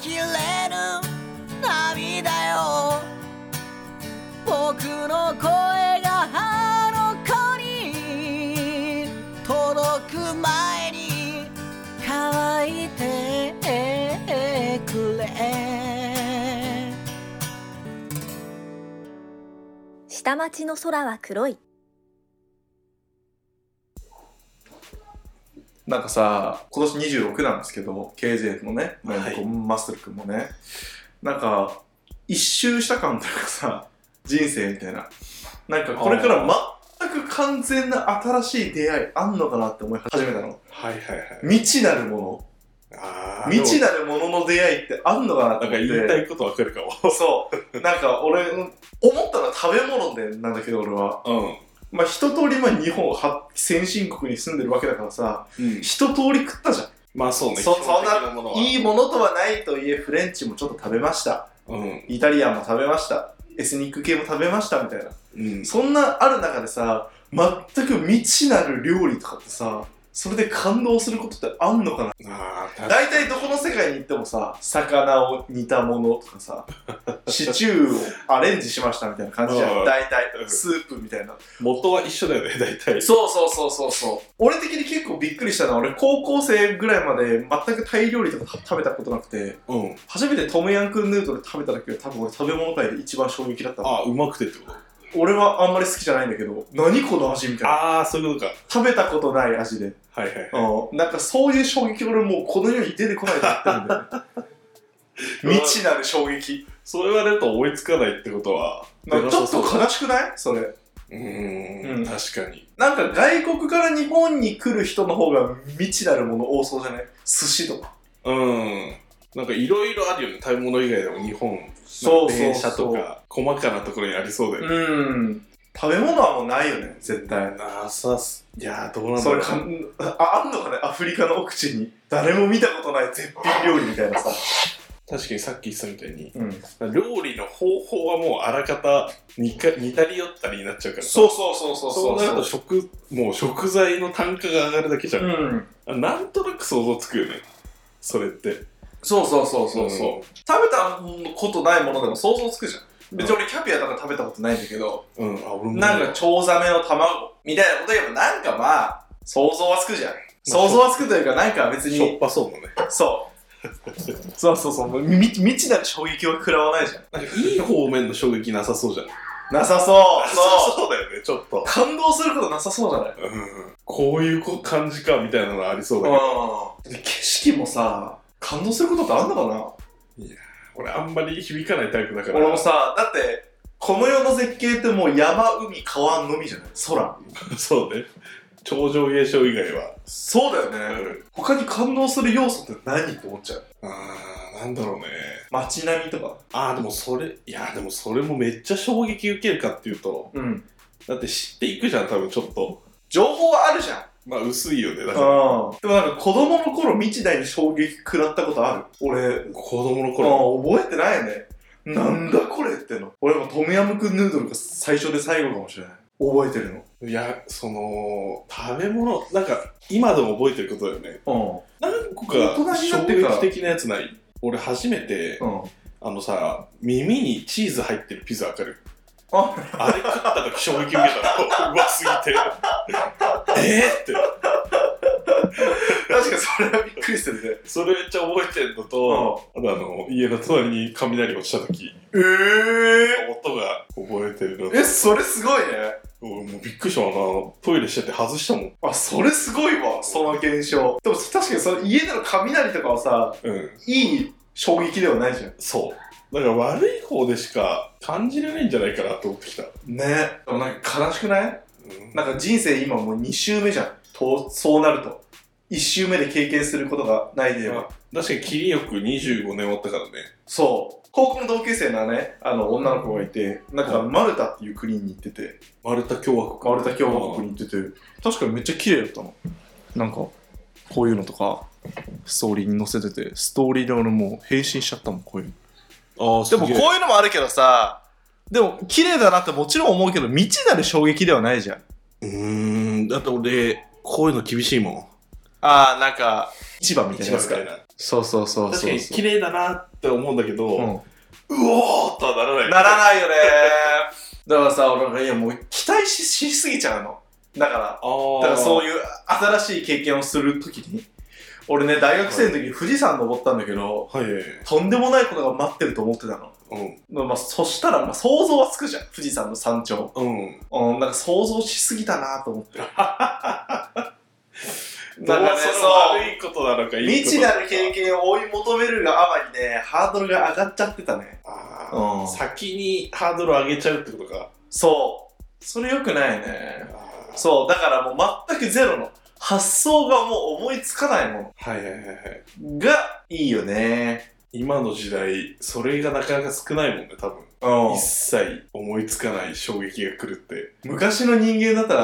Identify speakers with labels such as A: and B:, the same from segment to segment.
A: きれぬ涙よ僕の声があの子に届く前に乾いてくれ
B: 下町の空は黒い
C: なんかさ、今年26なんですけど、KJ のね、もう僕マストル君もね、なんか、一周した感というかさ、人生みたいな。なんかこれから全く完全な新しい出会いあんのかなって思い始めたの。
D: はいはいはい。
C: 未知なるも
D: あ
C: の。
D: ー
C: 未知
D: で
C: なるものの出会いってあんのかな
D: も
C: と思
D: なんか
C: っ
D: 言いた
C: て。
D: いことわかるかも。
C: そう。なんか俺、思ったのは食べ物でなんだけど俺は。
D: う
C: まあ一通りまあ日本は先進国に住んでるわけだからさ、
D: ん。うん。
C: 一通り食ったじゃん。
D: まあそうね。
C: そそ
D: 基本
C: ん
D: 的
C: な
D: ものはい
C: いものとはないといえフレンチもちょっと食べました
D: うん。
C: イタリアンも食べましたエスニック系も食べましたみたいな
D: うん。
C: そんなある中でさ全く未知なる料理とかってさそれで感動することってあんのかな
D: ああ、
C: 大体どこの世界に行ってもさ魚を煮たものとかさシチューをアレンジしましたみたいな感じじゃ
D: うんん
C: 大体
D: うん
C: スープみたいな
D: 元は一緒だよね、大体。
C: そうそうそうそうそう俺的に結構びっくりしたのは俺高校生ぐらいまで全くタイ料理とか食べたことなくて
D: うん。
C: 初めてトムヤンクンヌードル食べた時は多分俺食べ物界で一番衝撃だったの
D: ああ、うまくてってこと
C: 俺はあんまり好きじゃないんだけど何この味みたいな
D: ああ、そういうこと
C: 食べたことない味で、
D: か。はいはい。
C: うん、なんかそういう衝撃俺もうこの世に出てこないと思ってるんだよ ね未知なる衝撃
D: それ言われると思いつかないってことは、
C: なんかちょっと
D: 出なさそうだ
C: 悲しくないそれ
D: うー、
C: うんん
D: 確かに。
C: なんか外国から日本に来る人の方が未知なるもの多そうじゃない寿司とか
D: うん。なんかいろいろあるよね、食べ物以外でも日本、
C: そうそうそう
D: 電車とか、細かなところにありそうだよね。
C: うん食べ物はもうないよね絶対
D: ああ、さす。いやー、どうなんだ
C: そ
D: ろ
C: れ
D: う。
C: かんああんのかねアフリカの奥地に誰も見たことない絶品料理みたいなさ、
D: 確かにさっき言ってたみたいに、
C: うん、
D: 料理の方法はもうあらかた似か似たり寄ったりになっちゃうからさ
C: そうそうそうそう
D: そうなる
C: そ
D: と
C: う
D: 食もう食材の単価が上がるだけじゃん、
C: ん
D: あなんとなく想像つくよねそれって
C: そうそうそうそうそう、
D: そ
C: 食べたことないものでも想像つくじゃん別に俺キャピアとか食べたことないんだけど、
D: ううんあ俺も
C: なんかチョウザメの卵みたいなこと言えばなんかまあ想像はつくじゃん想像はつくというかなんか別
D: しょ
C: に
D: っぱそうもんね
C: そうそうそうそうみ未知なる衝撃は食らわないじゃん
D: なんかいい方面の衝撃なさそうじゃん
C: なさ そうそう
D: そうだよねちょっと
C: 感動することなさそうじゃない
D: うんこういうこ感じかみたいなのありそうだけど
C: うんで景色もさ感動することってあんのかな
D: 俺あんまり響かないタイプだから
C: 俺もさだってこの世の絶景ってもう山海川のみじゃない空
D: そうね超常現象以外は、
C: そうだ
D: う
C: よね
D: ん、
C: 他に感動する要素って何って思っちゃう
D: あーなんだろうね
C: 街並みとか
D: ああでもそれいやでもそれもめっちゃ衝撃受けるかっていうと
C: うん
D: だって知っていくじゃん多分ちょっと
C: 情報はあるじゃん
D: まあ薄いよね
C: う
D: だ
C: んで
D: から
C: もなんか子供の頃未知代に衝撃食らったことある俺
D: 子供の頃
C: あ覚えてないよねなんだこれっての俺もトムヤムクンヌードルが最初で最後かもしれない覚えてる
D: いやその食べ物なんか今でも覚えてることだよね
C: の
D: 何個
C: 大
D: か
C: 人にな
D: 衝
C: ってから
D: 撃的なやつない俺初めて
C: うんうん
D: あのさ耳にチーズ入ってるピザわかる
C: あ
D: あれ食った時衝撃受けた のうますぎてえーって
C: 確かにそれはびっくりしてるね
D: それめっちゃ覚えてるのと、あとあの家の隣に雷落ちた時
C: ええ
D: 音が覚えてるのと
C: えそれすごいね
D: 俺もうびっくりしたなトイレしてて外したもん
C: あそれすごいわその現象でも確かにその家での雷とかはさ
D: うん
C: いい衝撃ではないじゃん
D: そうだから悪い方でしか感じれないんじゃないかなと思ってきた、
C: ねでもなんか悲しくない
D: うん
C: なんか人生今もう2周目じゃんとそうなると1周目で経験することがないで言えば、
D: 確かにキリよく25年終わったからね
C: そう高校の同級生のねあの女の子がいてなんかマルタっていう国に行ってて
D: マルタ共和国
C: マルタ共和国に行ってて確かにめっちゃ綺麗だったのなんかこういうのとかストーリーに載せててストーリーで俺もう変身しちゃったもんこういう
D: ああ
C: でもこういうのもあるけどさでも綺麗だなってもちろん思うけど未知なる衝撃ではないじゃん
D: うーんだって俺こういうの厳しいもん
C: ああなんか市場みたいなやつか
D: な
C: そうそうそうそう
D: 確かに綺麗だなって思うんだけど、う
C: うん
D: おーとはならない
C: ならないよねーだからさ俺なんかいやもう期待ししすぎちゃうのだから
D: あー
C: だからそういう新しい経験をするときに俺ね大学生の時に富士山登ったんだけど、
D: はいはいはい
C: とんでもないことが待ってると思ってたの
D: うん
C: まあ、そしたら、まあ、想像はつくじゃん富士山の山頂
D: うん
C: うんなんか想像しすぎたなと思って
D: ど
C: な
D: うん
C: かね
D: その
C: そう
D: 悪いことなのかいい
C: 未
D: こと
C: 知
D: な
C: な
D: の
C: る
D: か
C: 経験を追い求めるがあまりねハードルが上がっちゃってたね
D: あー
C: うん
D: 先にハードル上げちゃうってことか
C: そうそれよくないね
D: あー
C: そうだからもう全くゼロの発想がもう思いつかないも
D: はいはいはいはい
C: のがいいよね
D: 今の時代それがなかなか少ないもんね多分
C: うん
D: 一切思いつかない衝撃が来るって
C: 昔の人間だった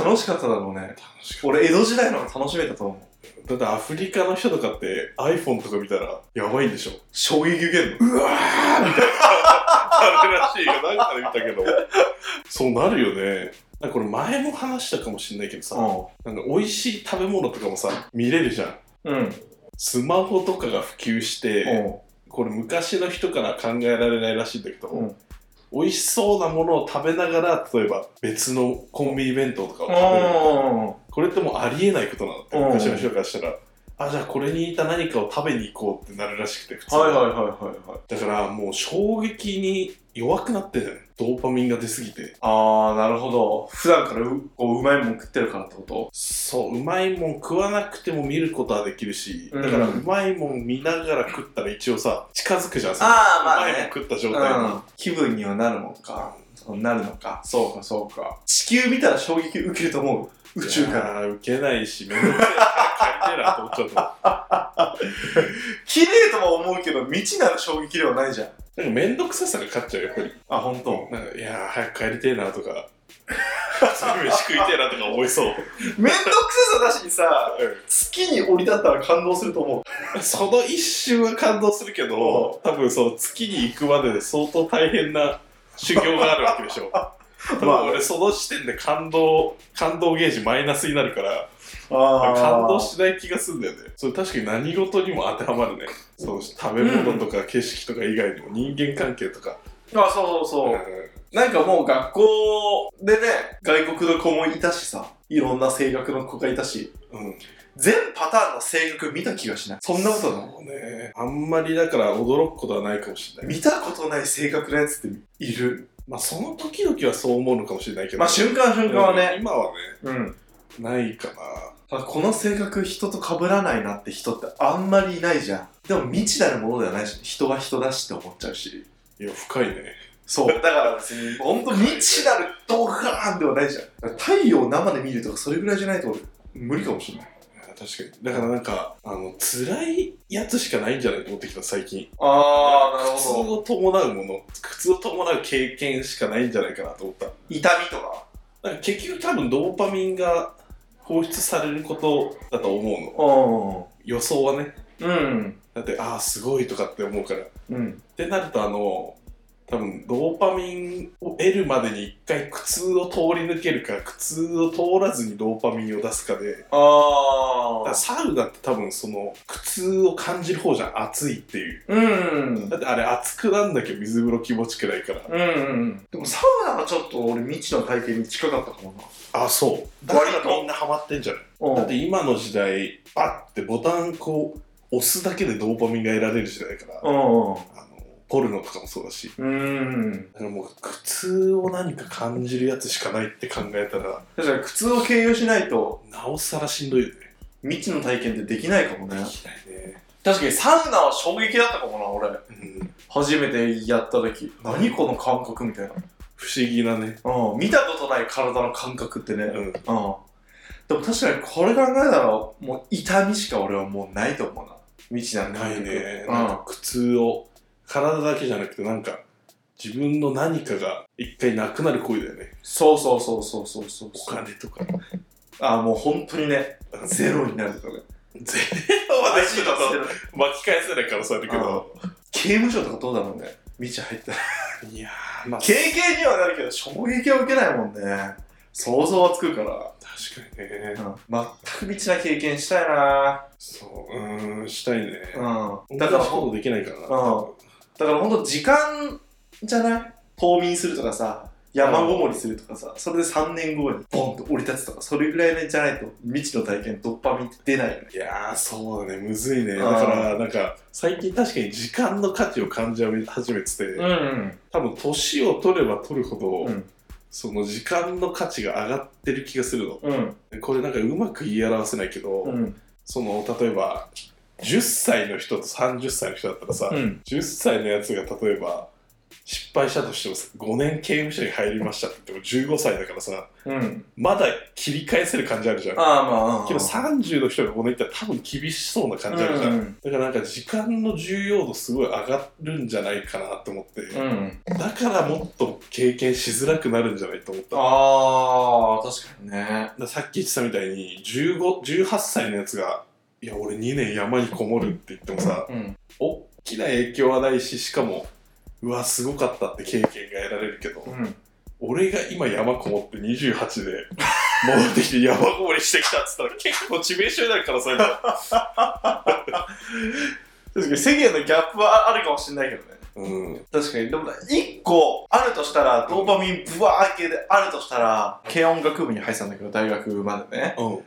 C: ら楽しかっただろうね
D: 楽しかっ
C: 俺江戸時代の方が楽しめたと思う
D: ただってアフリカの人とかって iPhone とか見たらやばいんでしょ
C: 衝撃受けるの
D: うわーみたいな あるらしいよなんかで見たけどそうなるよねなんかこれ前も話したかもしれないけどさ、なんか美味しい食べ物とかもさ見れるじゃん
C: うんうん
D: スマホとかが普及して、これ昔の人から考えられないらしいんだけど、
C: うん
D: 美味しそうなものを食べながら例えば別のコンビニ弁当とかを食べる
C: うん
D: これってもうありえないことなのって
C: うん
D: 昔の人からしたら、あじゃあこれに似た何かを食べに行こうってなるらしくて普通
C: はいはいはいはいはい
D: だからもう衝撃に弱くなってんじゃないドーパミンが出すぎて
C: ああなるほど普段からうこううまいもん食ってるからってこと
D: そううまいもん食わなくても見ることはできるし
C: う
D: だ
C: ん
D: からうまいもん見ながら食ったら一応さ近づくじゃんさ
C: あ
D: う
C: ーまあ
D: ま
C: ね
D: いもん食った状態に、
C: うん気分にはなるもんかそうなるのかそうかそうか地球見たら衝撃受けると思う宇宙から
D: ら受けないしめんどくせえから帰りてえなと思っちゃった
C: 綺麗とは思うけど未知なる衝撃ではないじゃん
D: なんかめんどくささが勝っちゃうよやっぱり
C: あ本当。
D: なんかいやー早く帰りてえなと かすぐ飯食いてえなとか思いそう、
C: めんどくささだしにさ月に降り立ったら感動すると思う
D: その一瞬は感動するけど多分その月に行くまでで相当大変な修行があるわけでしょ多
C: まあ
D: 分俺その時点で感動感動ゲージマイナスになるから
C: あ
D: 感動しない気がするんだよねそれ確かに何事にも当てはまるねその食べ物とか景色とか以外にも人間関係とか、
C: あそうそうそう、なんかもう学校でね外国の子もいたしさいろんな性格の子がいたし
D: うんうん
C: 全パターンの性格見た気がしないそんなことない
D: そうねあんまりだから驚くことはないかもしれない、
C: 見たことない性格のやつっている
D: まあ、その時々はそう思うのかもしれないけど
C: まあ瞬間瞬間は
D: うん
C: ね
D: 今はね
C: うん
D: ないか
C: あこの性格人と被らないなって人ってあんまりいないじゃんでも未知なるものではないし人は人だしって思っちゃうし
D: ないや深いね
C: そうだから別に本当未知なるドカーンではないじゃんだから太陽を生で見るとかそれぐらいじゃないと俺無理かもしれない
D: いや確かにだからなんかあの辛いやつしかないんじゃないと思ってきた最近
C: あ
D: 苦痛を伴うもの苦痛を伴う経験しかないんじゃないかなと思った
C: 痛みとか
D: だから結局多分ドーパミンが放出されることだと思うの予想はね
C: うん
D: だってああすごいとかって思うから
C: うん
D: ってなるとあの多分ドーパミンを得るまでに一回苦痛を通り抜けるか苦痛を通らずにドーパミンを出すかで
C: あ
D: だから
C: あ
D: サウナって多分その苦痛を感じる方じゃん暑いっていう
C: うん
D: だってあれ暑くなんだけど水風呂気持ちくないから
C: うんうんでもサウナがちょっと俺未知の体験に近かったかもな
D: あそうだからみんなハマってんじゃないだって今の時代バッてボタンこう押すだけでドーパミンが得られる時代だから
C: うん
D: あのポルノとかもそうだし
C: うん
D: だからもう苦痛を何か感じるやつしかないって考えたら
C: 確かに苦痛を経由しないと
D: なおさらしんどいよね。
C: 未知の体験ってできないかもね
D: きないね。
C: 確かにサウナは衝撃だったかもな俺
D: うん、
C: 初めてやった時何この感覚みたいな
D: 不思議なね。
C: うん見たことない体の感覚ってねうん
D: うん。
C: でも確かにこれ考えたらもう痛みしか俺はもうないと思うな未知なる
D: な
C: 感
D: い
C: 覚
D: ね。
C: う
D: なん
C: ん
D: か苦痛を、体だけじゃなくて、なんか、自分の何かが一回なくなる行為だよね。
C: そうそうそうそうそうそう
D: お金とか。
C: あもう本当にねゼロになるとかね
D: ゼロはできた
C: ゼ
D: と
C: ロ
D: 巻き返せない可能性あるけど。
C: 刑務所とかどうだろうね未知入ったら
D: いやー、まあ、
C: 経験にはなるけど衝撃は受けないもんね想像はつくから、
D: 確かにね。
C: 全く未知な経験したいな
D: そう、うーん、したいね。
C: うんだ
D: だ
C: か
D: からら、ほぼできないからな。
C: うんだから本当時間じゃない冬眠するとかさ山ごもりするとかさ、それで3年後にボンと降り立つとかそれぐらいじゃないと未知の体験ドッパミンって出ないよね
D: いやー、そうだね、むずいね。
C: う
D: だ
C: ん
D: から、なんか、最近確かに時間の価値を感じ始めてて、
C: ん
D: 多分、年を取れば取るほど、
C: うん
D: その時間の価値が上がってる気がするの。
C: うん
D: これなんかうまく言い表せないけど、
C: うん
D: その、例えば、10歳の人と30歳の人だったらさ、
C: うん
D: 10歳のやつが例えば、失敗したとしてもさ5年刑務所に入りましたって言っても15歳だからさ、
C: うん
D: まだ切り返せる感じあるじゃん。
C: ああまあ
D: けど30の人が5年いったら多分厳しそうな感じあるじゃん。だからなんか時間の重要度すごい上がるんじゃないかなと思って、
C: うん、うん、
D: だからもっと経験しづらくなるんじゃないと思った。だか
C: ああ確かにね
D: らさっき言ってたみたいに15、18歳のやつが、いや俺2年山にこもるって言ってもさ、
C: うん
D: 大きな影響はないし、しかも、うわ、すごかったって経験が得られるけど、
C: うん
D: 俺が今山こもって28で戻ってきて山こもりしてきたっつったら結構致命傷になるからさ今
C: 確かに世間のギャップはあるかもしれないけどね
D: うん
C: 確かにでも1個あるとしたらドーパミンブワー系であるとしたら軽音楽部に入ってたんだけど大学までね
D: うん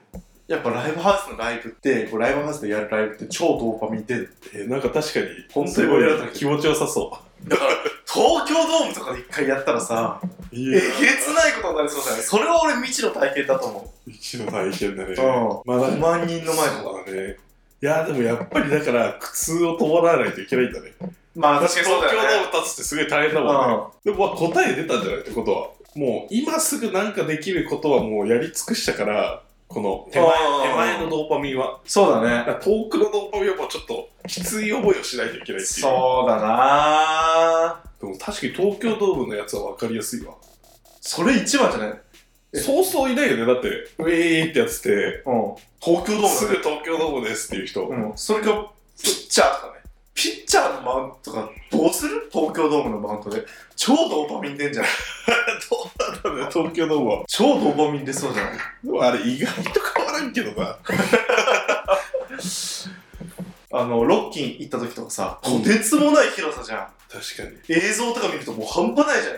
C: やっぱライブハウスのライブってこうライブハウスでやるライブって超ドーパミン出る
D: えなんか確かに
C: 本当に
D: すごい
C: 俺らと
D: 気持ちよさそ
C: だから東京ドームとかで一回やったらさ
D: う
C: え
D: い
C: げつないことになりそうじゃないそれは俺未知の体験だと思
D: 一度体験だね
C: う、
D: まあ
C: 5万人の前とか
D: そうだねいやでもやっぱりだから苦痛を伴わないといけないんだね
C: まあ確かに
D: 東京
C: そうだよね
D: ドーム立つってすごい大変だもんね、でもまあ答え出たんじゃないってことはもう今すぐなんかできることはもうやり尽くしたからこの手前
C: あー
D: 手前のドーパミンは
C: そうだね
D: だから遠くのドーパミンはもうちょっときつい思いをしないといけないっていう
C: そうだな
D: でも確かに東京ドームのやつは分かりやすいわ
C: それ一番じゃないうんえ
D: そうそういないよねだってウェーってやつって
C: 東京ドームだね
D: すぐ東京ドームですっていう人、
C: うん、それかピッチャーとかねピッチャーのマウントとかどうする東京ドームのマウントで超ドーパミン出んじゃない
D: だから 東京ドームは
C: 超ドーパミン出そうじゃない
D: でもあれ意外と変わらんけどな
C: あのロッキン行った時とかさ
D: う
C: と
D: ん
C: てつもない広さじゃん、
D: 確かに、
C: 映像とか見るともう半端ないじゃん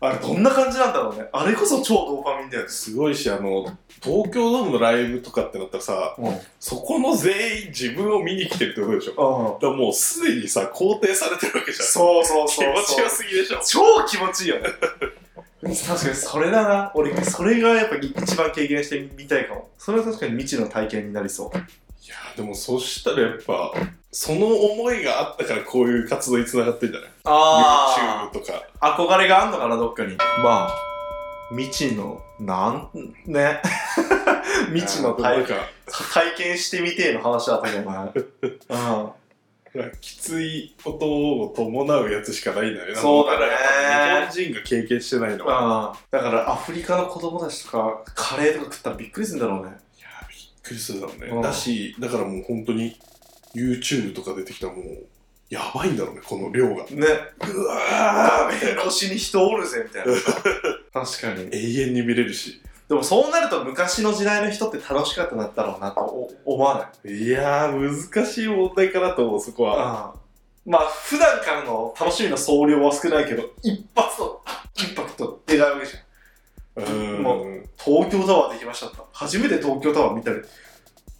C: あれどんな感じなんだろうねあれこそ超ドーパミンだよね
D: すごいしあの東京ドームのライブとかってなったらさ
C: うん
D: そこの全員自分を見に来てるってことでしょ
C: あ
D: だからもうすでにさ肯定されてるわけじゃん
C: そうそうそう
D: 気持ち
C: そう
D: よすぎでしょ
C: 超気持ちいいよね確かにそれだな俺それがやっぱ一番経験してみたいかもそれは確かに未知の体験になりそう
D: いやーでもそしたらやっぱその思いがあったからこういう活動につながってんじゃない YouTube とか
C: 憧れがあんのかなどっかにまあ未知のなんね 未知の
D: な
C: 体
D: んか
C: 体験してみてえの話だったけどなうん
D: きついことを伴うやつしかないんだよ
C: そうだね
D: なんか日本人が経験してないのは
C: あだからアフリカの子供たちとかカレーとか食ったらびっくりするんだろうね
D: いやーびっくりするだろうね、
C: うん
D: だしだからもう本当に YouTube とか出てきたらもうやばいんだろうねこの量
C: ね
D: がう
C: あ
D: わーみたいな
C: ー腰に人おるぜみたいな 確かに
D: 永遠に見れるし
C: でもそうなると昔の時代の人って楽しかったんだったろうなとお思わない
D: いやー難しい問題かなと思うそこは
C: ああまあ普段からの楽しみの総量は少ないけど一発のインパクトでかいわけじゃん
D: うん
C: も東京タワーできましたと初めて東京タワー見たり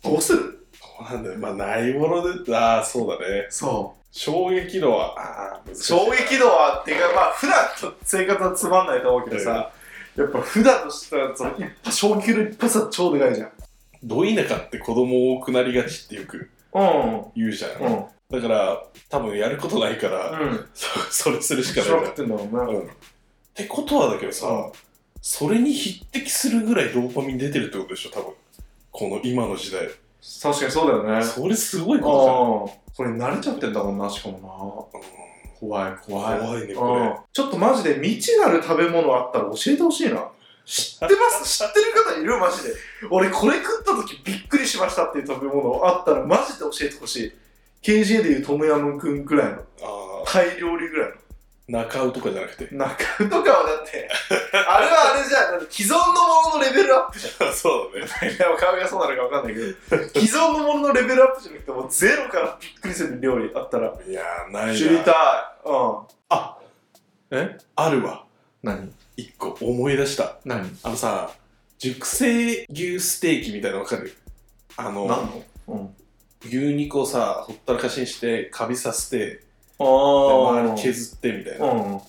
C: どうする
D: そうなんだよ。まあ、ないもので、ああ、そうだね。
C: そ
D: 衝撃度は、ああ、難
C: う
D: しい
C: 衝撃度はっていうかまあ普段と生活はつまんないと思うけどさ、やっぱ普段としたらその一発衝撃の一発は超でかいじゃん
D: どいなかって子供多くなりがちってよく
C: うん
D: 言うじゃん。
C: うん
D: だから、多分やることないから、
C: うん
D: そ それするしかない
C: 白
D: か
C: く
D: ら。
C: ってんだもんな、
D: うんってことはだけどさ、
C: うん
D: それに匹敵するぐらいドーパミン出てるってことでしょ、多分。この今の時代。
C: 確かにそうだよね
D: それすごい
C: うん
D: こ
C: これ慣れちゃってんだもんなしかも
D: とじ
C: な怖い
D: ゃ
C: 怖
D: ん。
C: い
D: 怖いね、こ
C: う
D: れ。
C: んちょっとマジで未知なる食べ物あったら教えてほしいな知ってます 知ってる方いるマジで俺これ食った時びっくりしましたっていう食べ物あったらマジで教えてほしい KJ でいうトムヤムクンくらいの
D: ああ、
C: タイ料理ぐらいの
D: 中尾とかじゃ なくて
C: 中とかはだ って、あれはあれじゃん、だって既存のもののレベルアップじゃ
D: そうだね
C: ん。いや、顔がそうなのかわかんないけ ど、既存のもののレベルアップじゃなくて、もうゼロからびっくりする料理あったら、
D: いやーないな
C: 知りたい。うん。
D: あ
C: え
D: あるわ
C: 何
D: 一個思い出した
C: 何
D: あのさ熟成牛ステーキみたいなのわかるあ
C: 何
D: の
C: のうん。
D: 牛肉をさほったらかしにしてカビさせてで
C: あ
D: 周り削ってみたいな
C: うん。
D: あ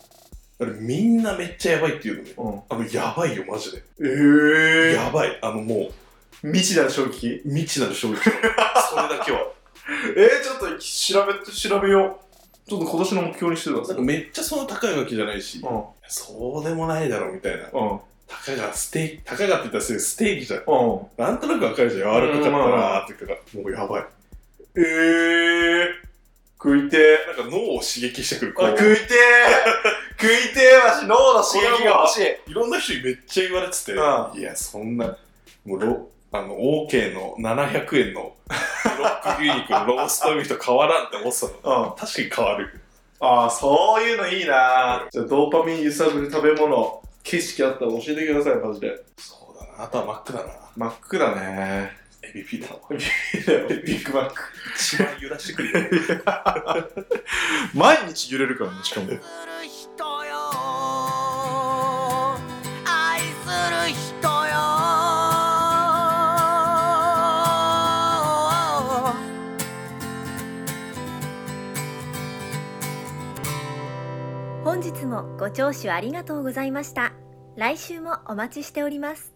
D: れみんなめっちゃやばいって言うのね
C: うん。
D: あのやばいよマジで
C: ええ
D: やばいあのもう
C: 未知なる衝撃
D: 未知なる衝 撃それだけは
C: えー、ちょっと調べ、調べよう。ちょっと今年の目標にしてくだ
D: な
C: さ
D: ん
C: い。
D: かめっちゃそんな高いわけじゃないし
C: うん。
D: そうでもないだろうみたいな
C: うん。
D: たかがステーキたかがって言ったらステーキじゃん
C: うん。
D: なんとなくわかるじゃん柔らかかった
C: うん
D: なーっていうかもうやばい
C: ええ食いてえ。
D: なんか脳を刺激してくるこ
C: あ、
D: う
C: 食いてえ。 食いてえわし、脳の刺激が欲しい。
D: いろんな人にめっちゃ言われてて、
C: う
D: いや、そんな、もうロ、あの、OK の700円のブロック牛肉のローストビーフと変わらんって思ってたの。
C: うん。
D: 確かに変わる。
C: ああ、そういうのいいなじゃあ、ドーパミン揺さぶる食べ物、景色あったら教えてください、マジで。
D: そうだな。あとはマックだな。
C: マックだね。
D: エビピだわ。
C: ビッグマック。
D: 一番揺らしてくれる。
C: 毎日揺れるからね、しかも。
A: 愛する人よ愛する人よ
B: 本日もご聴取ありがとうございました来週もお待ちしております